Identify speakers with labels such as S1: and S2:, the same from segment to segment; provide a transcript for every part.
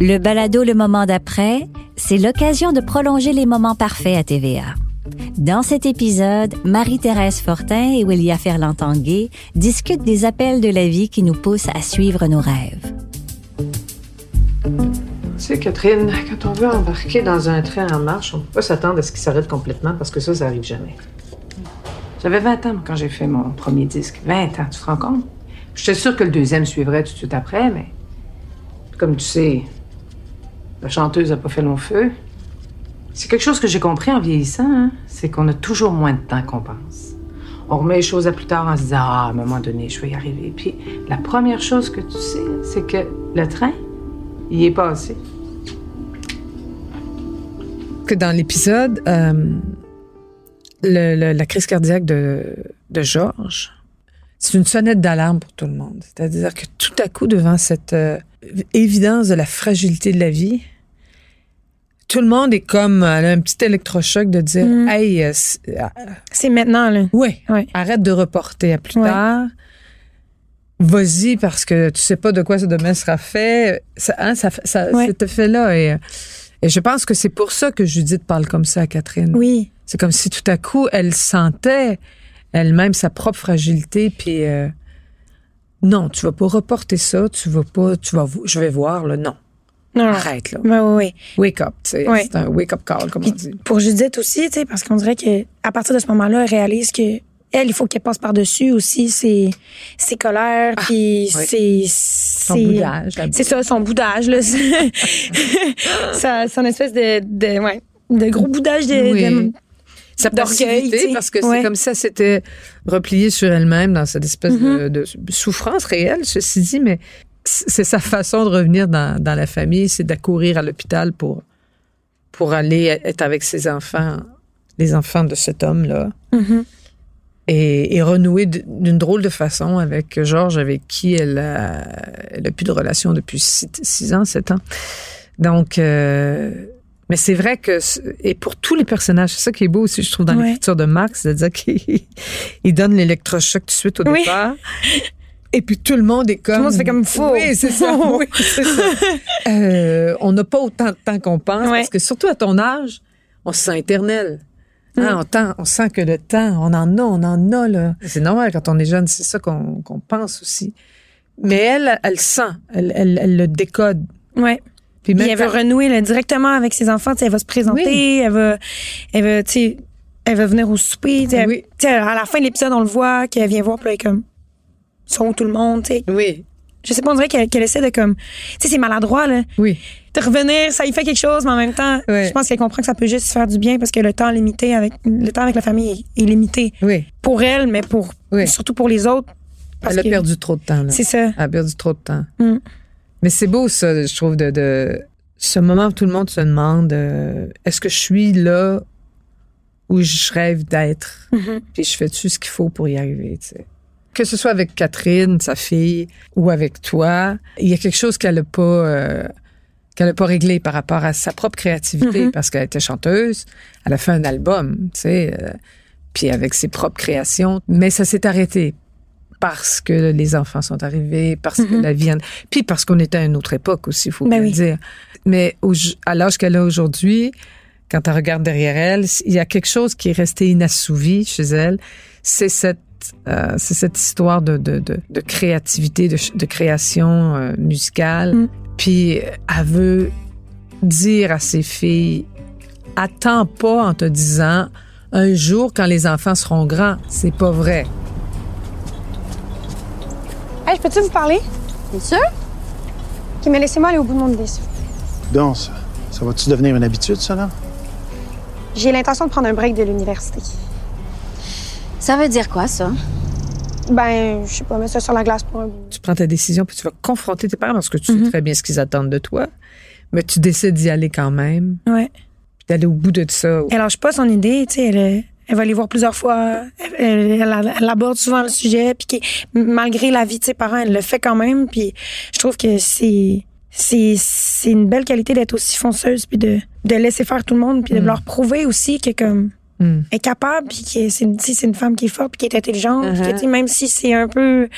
S1: Le balado Le Moment d'après, c'est l'occasion de prolonger les moments parfaits à TVA. Dans cet épisode, Marie-Thérèse Fortin et Willia Ferland-Tanguay discutent des appels de la vie qui nous poussent à suivre nos rêves.
S2: Tu sais, Catherine, quand on veut embarquer dans un train en marche, on peut pas s'attendre à ce qu'il s'arrête complètement parce que ça, ça arrive jamais. J'avais 20 ans moi, quand j'ai fait mon premier disque. 20 ans, tu te rends compte? J'étais sûre que le deuxième suivrait tout de suite après, mais comme tu sais, la chanteuse a pas fait long feu. C'est quelque chose que j'ai compris en vieillissant, hein, c'est qu'on a toujours moins de temps qu'on pense. On remet les choses à plus tard en se disant Ah, à un moment donné, je vais y arriver. Puis la première chose que tu sais, c'est que le train, il est passé.
S3: Que dans l'épisode, euh, le- le- la crise cardiaque de, de Georges, c'est une sonnette d'alarme pour tout le monde. C'est-à-dire que tout à coup, devant cette euh, évidence de la fragilité de la vie, tout le monde est comme euh, un petit électrochoc de dire
S4: Mm.
S3: Hey, euh, c'est- ah,
S4: C'est maintenant, là.
S3: ouais,
S4: Ouais.
S3: arrête de reporter à plus
S4: Ouais.
S3: tard. Vas-y parce que tu sais pas de quoi ce demain sera fait. Ça, hein, ça, ça-
S4: Ouais.
S3: cet effet-là. Et, et je pense que c'est pour ça que Judith parle comme ça à Catherine.
S4: Oui.
S3: C'est comme si tout à coup, elle sentait elle-même sa propre fragilité, puis euh, non, tu vas pas reporter ça, tu vas pas, tu vas, vo- je vais voir, là, non,
S4: Non.
S3: arrête, là,
S4: Ben oui, oui.
S3: wake up, tu sais,
S4: Ouais.
S3: c'est un wake up call, comme on
S4: Puis
S3: dit.
S4: pour Judith aussi, tu sais, parce qu'on dirait que à partir de ce moment-là, elle réalise que elle, il faut qu'elle passe par-dessus aussi ses, ses colères, puis
S3: oui.
S4: ses, ses-
S3: Son boudage, la-
S4: C'est ça, son boudage, là. ça, son espèce de, de, ouais, de gros boudage de,
S3: Oui.
S4: de-
S3: sa
S4: d'orgueil, tu
S3: passivité,
S4: sais.
S3: parce que
S4: Ouais.
S3: c'est comme ça, c'était repliée sur elle-même dans cette espèce
S4: Mm-hmm.
S3: de- de, souffrance réelle, ceci dit, mais c- c'est sa façon de revenir dans, dans la famille, c'est d'accourir à l'hôpital pour, pour aller être avec ses enfants, les enfants de cet homme-là.
S4: Mhm.
S3: Et, et renouer d- d'une drôle de façon avec Georges, avec qui elle a, elle a plus de relation depuis six, six ans, sept ans. Donc, euh, mais c'est vrai que, c- et pour tous les personnages, c'est ça qui est beau aussi, je trouve, dans
S4: Ouais.
S3: l'écriture de Marx, c'est-à-dire qu'il il donne l'électrochoc tout de suite au
S4: Oui.
S3: départ. Et puis tout le monde est comme.
S4: le monde se fait comme fou.
S3: Oui, c'est ça. oui, c'est ça. Euh, on n'a pas autant de temps qu'on pense,
S4: Ouais.
S3: parce que surtout à ton âge, on se sent éternel. Hein,
S4: Mm.
S3: on, tend- on sent que le temps, on en a, on en a, là. C'est normal quand on est jeune, c'est ça qu'on qu'on pense aussi. Mais elle, elle sent, elle, elle- elle le décode.
S4: Ouais.
S3: Puis
S4: Puis
S3: même
S4: elle veut
S3: quand-
S4: renouer là, directement avec ses enfants. tu sais, Elle va se présenter,
S3: Oui.
S4: elle va, elle va, tu sais, elle va venir au souper. tu sais, elle-
S3: Oui.
S4: tu sais, à la fin de l'épisode, on le voit qu'elle vient voir, puis là, elle est comme, Ils sont où tout le monde, tu sais.
S3: Oui,
S4: Je sais pas, on dirait qu'elle qu'elle essaie de comme, tu sais, c'est maladroit là,
S3: oui.
S4: de revenir, ça y fait quelque chose, mais en même temps,
S3: Ouais.
S4: je pense qu'elle comprend que ça peut juste faire du bien parce que le temps limité avec le temps avec la famille est, est limité
S3: Oui,
S4: pour elle, mais pour
S3: Oui.
S4: surtout pour les autres. parce
S3: elle a
S4: que-
S3: perdu trop de temps. Là.
S4: C'est ça.
S3: Elle a perdu trop de temps.
S4: Mm.
S3: Mais c'est beau, ça, je trouve, de, de- ce moment où tout le monde se demande euh, est-ce que je suis là où je rêve d'être
S4: Mhm.
S3: Puis je fais-tu ce qu'il faut pour y arriver tu sais? Que ce soit avec Catherine, sa fille, ou avec toi, il y a quelque chose qu'elle n'a pas. euh, qu'elle n'a pas réglé par rapport à sa propre créativité,
S4: Mhm.
S3: parce qu'elle était chanteuse, elle a fait un album, tu sais, euh, puis avec ses propres créations, mais ça s'est arrêté parce que les enfants sont arrivés, parce que
S4: Mhm.
S3: la vie, en- puis parce qu'on était à une autre époque aussi, il faut
S4: Ben
S3: bien
S4: oui.
S3: le dire. Mais au- à l'âge qu'elle a aujourd'hui, quand elle regarde derrière elle, il y a quelque chose qui est resté inassouvi chez elle, c'est cette euh, c'est cette histoire de, de, de, de créativité, de, ch- de création euh, musicale.
S4: Mm.
S3: Puis euh, elle veut dire à ses filles, attends pas en te disant, un jour quand les enfants seront grands, c'est pas vrai.
S5: Hey, je peux-tu vous parler?
S6: T'es sûr?
S5: OK, mais laissez-moi aller au bout de mon idée, s'il vous plaît.
S7: Donc, ça, ça va-tu devenir une habitude, ça, là?
S5: J'ai l'intention de prendre un break de l'université.
S6: Ça veut dire quoi, ça?
S5: Ben, je sais pas, mettre ça sur la glace pour un bout.
S3: Tu prends ta décision, puis tu vas confronter tes parents parce que tu sais très bien ce qu'ils attendent de toi, mais tu décides d'y aller quand même,
S4: Ouais.
S3: puis d'aller au bout de ça.
S4: Elle lâche pas son idée, tu sais, elle, euh, elle va les voir plusieurs fois, elle, elle- elle- elle aborde souvent le sujet, puis qui- malgré la vie de ses parents, elle le fait quand même, puis je trouve que c'est c'est c'est une belle qualité d'être aussi fonceuse puis de, de laisser faire tout le monde puis de
S3: Mm.
S4: leur prouver aussi que comme
S3: Hmm.
S4: est capable, puis que c'est une, tu sais, c'est une femme qui est forte, puis qui est intelligente, puis que,
S2: Uh-huh.
S4: tu sais, même si c'est un peu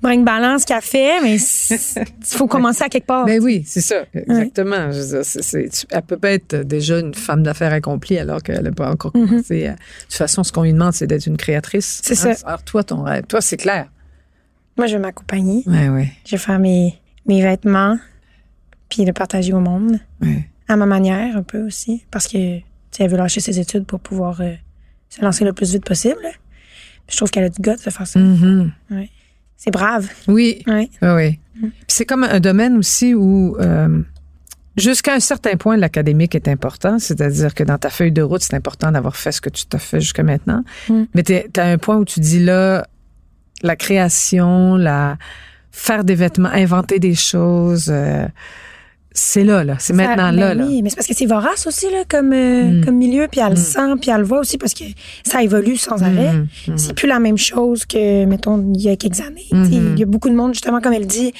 S4: brinque balance qu'elle fait, mais il faut commencer à quelque part.
S3: Ben oui, c'est ça, exactement. Je veux dire, c'est- c'est- tu- elle peut pas être déjà une femme d'affaires accomplie alors qu'elle n'a pas encore commencé. à- De toute façon, ce qu'on lui demande, c'est d'être une créatrice.
S4: C'est ça.
S3: Alors toi, ton rêve, toi, c'est clair.
S4: Moi, je vais m'accompagner,
S3: Ouais, ouais,
S4: je vais faire mes, mes vêtements, puis le partager au monde,
S3: ouais.
S4: à ma manière un peu aussi, parce que tu sais, elle veut lâcher ses études pour pouvoir euh, se lancer le plus vite possible. Puis je trouve qu'elle a du goût de faire ça.
S3: Mhm.
S4: C'est brave.
S3: Oui,
S4: Ouais.
S3: oui, Ah oui. Puis C'est comme un domaine aussi où, euh, jusqu'à un certain point, l'académique est important. C'est-à-dire que dans ta feuille de route, c'est important d'avoir fait ce que tu t'as fait jusqu'à maintenant.
S4: Mm.
S3: Mais tu as un point où tu dis là, la création, la faire des vêtements, inventer des choses, euh, c'est là, là. C'est maintenant
S4: Ça-
S3: là,
S4: ben
S3: là.
S4: Oui, mais c'est parce que c'est vorace aussi, là, comme, euh,
S3: Mm.
S4: comme milieu, puis elle le sent, puis elle le voit aussi, parce que ça évolue sans arrêt.
S3: Mhm.
S4: C'est plus la même chose que, mettons, il y a quelques années. tu sais.
S3: Mhm.
S4: Il y a beaucoup de monde, justement, comme elle dit,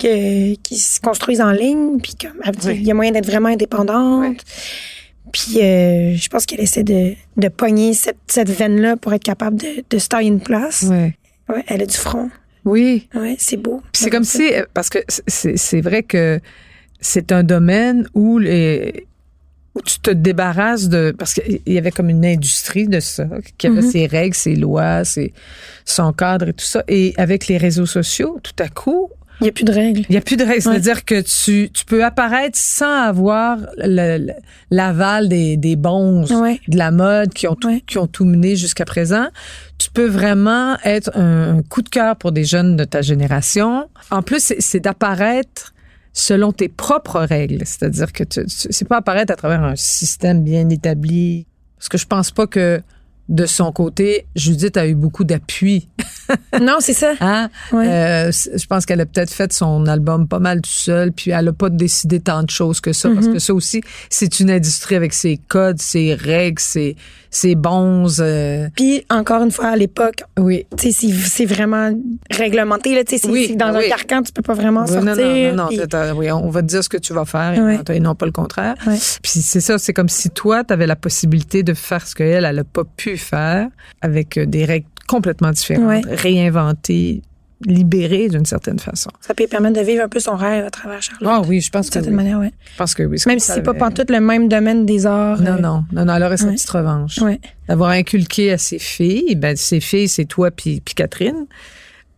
S4: que, qui se construisent en ligne, puis comme, elle dit,
S3: Oui.
S4: il y a moyen d'être vraiment indépendante. Puis euh, je pense qu'elle essaie de, de pogner cette, cette veine-là pour être capable de, de se tailler une place.
S3: Ouais.
S4: Ouais, elle a du front.
S3: Oui.
S4: Ouais, c'est beau.
S3: Puis c'est comme si, euh, parce que c- c'est c'est vrai que c'est un domaine où, les, où tu te débarrasses de. Parce qu'il y avait comme une industrie de ça, qui
S4: Mm-hmm.
S3: avait ses règles, ses lois, ses, son cadre et tout ça. Et avec les réseaux sociaux, tout à coup,
S4: Il n'y a plus de règles.
S3: il n'y a plus de règles. C'est-à-dire que tu, tu peux apparaître sans avoir le- le- l'aval des, des bons
S4: Ouais.
S3: de la mode qui ont tout,
S4: Ouais.
S3: qui ont tout mené jusqu'à présent. Tu peux vraiment être un, un coup de cœur pour des jeunes de ta génération. En plus, c'est- c'est d'apparaître selon tes propres règles. C'est-à-dire que tu, tu- c'est pas apparaître à travers un système bien établi. Parce que je pense pas que de son côté, Judith a eu beaucoup d'appui.
S4: non, c'est ça.
S3: Hein?
S4: Ouais.
S3: Euh, c- je pense qu'elle a peut-être fait son album pas mal tout seul, puis elle a pas décidé tant de choses que ça,
S4: Mm-hmm.
S3: parce que ça aussi, c'est une industrie avec ses codes, ses règles, ses, ses bons. euh,
S4: Puis, encore une fois, à l'époque,
S3: oui.
S4: Tu sais, c'est c'est vraiment réglementé. Là, tu sais, c'est
S3: Oui,
S4: c'est dans
S3: ah oui.
S4: un carcan, tu peux pas vraiment
S3: Non,
S4: sortir.
S3: non, non, non,
S4: puis-
S3: t'as- t'as- oui, on va te dire ce que tu vas faire et,
S4: Ouais.
S3: non, et non pas le contraire.
S4: Ouais.
S3: Puis c'est ça, c'est comme si toi, tu avais la possibilité de faire ce qu'elle, elle n'a pas pu faire avec euh, des règles complètement différentes, réinventées, libérées d'une certaine façon.
S4: Ça peut lui permettre de vivre un peu son rêve à travers Charlotte.
S3: Ah oui, je pense
S4: D'une
S3: que
S4: certaine
S3: oui.
S4: manière, ouais.
S3: Je pense que oui.
S4: Même si c'est pas
S3: avait-
S4: pantoute le même domaine des arts.
S3: Non,
S4: euh,
S3: non, non, non, elle aurait sa
S4: ouais.
S3: petite revanche.
S4: Ouais.
S3: D'avoir inculqué à ses filles, ben, ses filles, c'est toi puis, puis Catherine,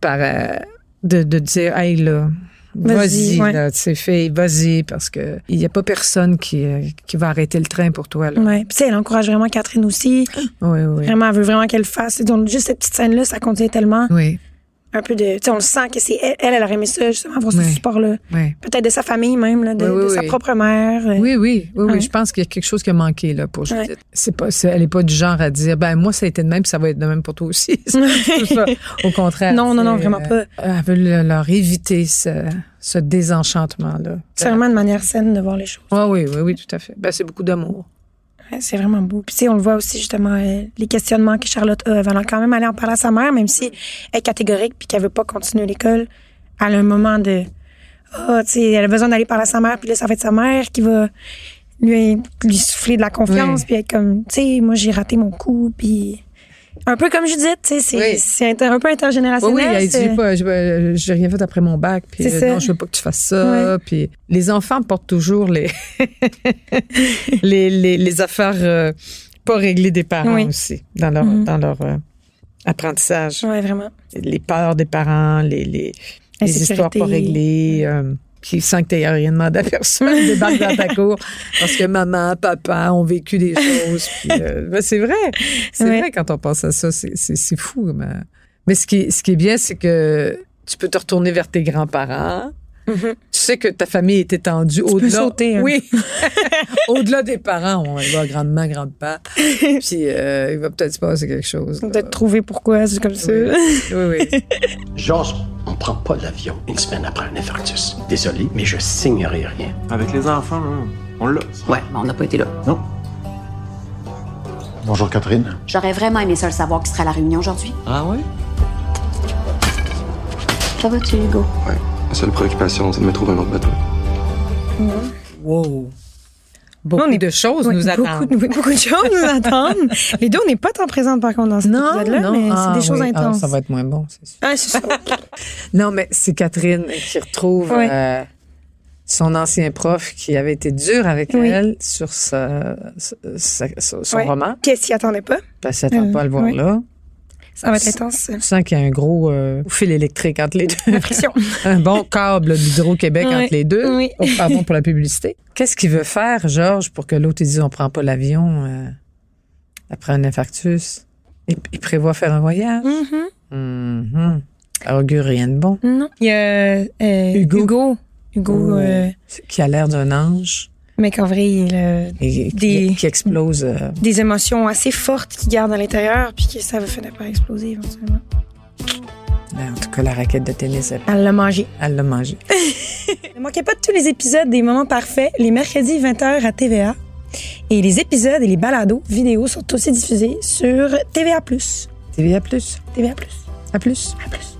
S3: par, euh, de, de dire, hey, là,
S4: Vas-y,
S3: vas-y,
S4: ouais.
S3: là, de ses filles, vas-y, parce que il n'y a pas personne qui, euh, qui va arrêter le train pour toi, là.
S4: Ouais. Puis, tu sais, elle encourage vraiment Catherine aussi.
S3: Oui, oui.
S4: Vraiment, elle veut vraiment qu'elle le fasse. Donc, juste cette petite scène-là, ça contient tellement
S3: Oui,
S4: un peu de. Tu sais, on le sent que c'est elle, elle, elle aurait aimé ça, justement, avoir
S3: Ouais.
S4: ce support-là.
S3: oui.
S4: Peut-être de sa famille même, là, de,
S3: Oui, oui,
S4: de sa
S3: oui.
S4: propre mère. euh,
S3: Oui, oui, oui, oui.
S4: Ouais.
S3: Je pense qu'il y a quelque chose qui a manqué là pour Judith.
S4: Ouais.
S3: C'est pas, c'est- elle est pas du genre à dire, ben moi ça a été de même, puis ça va être de même pour toi aussi. C'est pas tout ça. Au contraire.
S4: Non, non, non,
S3: c'est,
S4: vraiment
S3: euh, Elle veut le- leur éviter ce, ce désenchantement là.
S4: C'est vraiment une manière saine de voir les choses.
S3: Ah oui, oui, oui, tout à fait. Ben, c'est beaucoup d'amour.
S4: Ouais, C'est vraiment beau. Puis, tu sais, on le voit aussi, justement, euh, les questionnements que Charlotte a. Elle va quand même aller en parler à sa mère, même si elle est catégorique puis qu'elle veut pas continuer l'école. Elle a un moment de. Ah, tu sais, elle a besoin d'aller parler à sa mère, puis là, ça va être sa mère qui va lui, lui souffler de la confiance,
S3: Oui.
S4: puis être comme, tu sais, moi, j'ai raté mon coup, puis. Un peu comme Judith, tu sais, c'est
S3: Oui.
S4: c'est inter- un peu
S3: Oui,
S4: intergénérationnel.
S3: Ah oui, elle
S4: c'est-
S3: dit pas, je- euh, j'ai rien fait après mon bac, puis
S4: C'est
S3: euh,
S4: ça.
S3: non, je veux pas que tu fasses ça. Puis les enfants portent toujours les les, les, les affaires euh, pas réglées des parents
S4: Oui.
S3: aussi dans leur
S4: Mhm.
S3: dans leur euh, apprentissage.
S4: Ouais, vraiment.
S3: les peurs des parents, les, les, les
S4: Insécurité.
S3: histoires pas réglées, euh, qui sans que tu rien demandé à personne, débarquent dans ta cour parce que maman, papa ont vécu des choses. puis, euh, ben, c'est vrai, c'est
S4: Ouais.
S3: vrai quand on pense à ça, c'est- c'est c'est fou. Mais, mais ce, qui est, ce qui est bien, c'est que tu peux te retourner vers tes grands-parents.
S4: Mhm.
S3: Tu sais que ta famille est étendue
S4: peux
S3: au-delà.
S4: sauter, hein.
S3: Oui. au-delà des parents, on va voir grandement, grand-papa. Puis euh, il va peut-être se passer quelque chose. là.
S4: De trouver pourquoi, c'est comme ça.
S3: Euh, Oui, oui.
S8: Georges, on prend pas l'avion une semaine après un infarctus. Désolé, mais je signerai rien.
S9: Avec les enfants, là, on l'a.
S8: Ouais.
S6: on n'a pas été là.
S7: Bonjour, Catherine.
S6: J'aurais vraiment aimé ça le savoir qui sera à la réunion aujourd'hui.
S9: Ah ouais?
S6: Ça va-tu, Hugo?
S10: Ouais. La seule préoccupation, c'est de me trouver un autre bateau.
S3: Wow. Beaucoup
S4: on est-
S3: de choses
S4: Oui,
S3: nous
S4: beaucoup,
S3: attendent.
S4: oui, beaucoup de choses nous attendent. Les deux, on n'est pas tant présentes par contre dans cet épisode-là, mais
S3: ah
S4: c'est des choses
S3: oui, ah,
S4: intenses.
S3: ça va être moins bon, c'est sûr.
S4: Ah, c'est ça.
S3: Non, mais c'est Catherine qui retrouve
S4: Oui.
S3: euh, son ancien prof qui avait été dur avec
S4: Oui.
S3: elle sur sa- sa- sa- son
S4: Oui.
S3: roman.
S4: Qu'est-ce s'y attendait pas?
S3: Parce qu'elle s'attend
S4: Euh,
S3: pas à le voir
S4: oui.
S3: là.
S4: Ça va être intense.
S3: Tu sens qu'il y a un gros euh, fil électrique entre les deux.
S4: La pression.
S3: un bon câble d'Hydro-Québec
S4: Oui.
S3: entre les deux.
S4: Oui.
S3: Oh, pas bon pour la publicité. Qu'est-ce qu'il veut faire, Georges, pour que l'autre il dise on prend pas l'avion euh, après un infarctus? Il, il prévoit faire un voyage.
S4: Mhm.
S3: Mhm. Alors, augure rien de bon.
S4: Non. Il y a euh, Hugo. Hugo. Hugo, euh,
S3: Qui a l'air d'un ange
S4: mais qu'en vrai, il a
S3: et qui-
S4: Des-
S3: qui explose. euh,
S4: des émotions assez fortes qu'il garde à l'intérieur, puis que ça va finir par exploser éventuellement.
S3: en tout cas, la raquette de tennis, elle-
S4: Elle l'a mangé.
S3: elle l'a mangée.
S4: Ne manquez pas tous les épisodes des Moments Parfaits les mercredis 20h à TVA. Et les épisodes et les balados vidéo sont aussi diffusés sur TVA+.
S3: TV à plus.
S4: TVA+.
S3: À plus.
S4: À plus.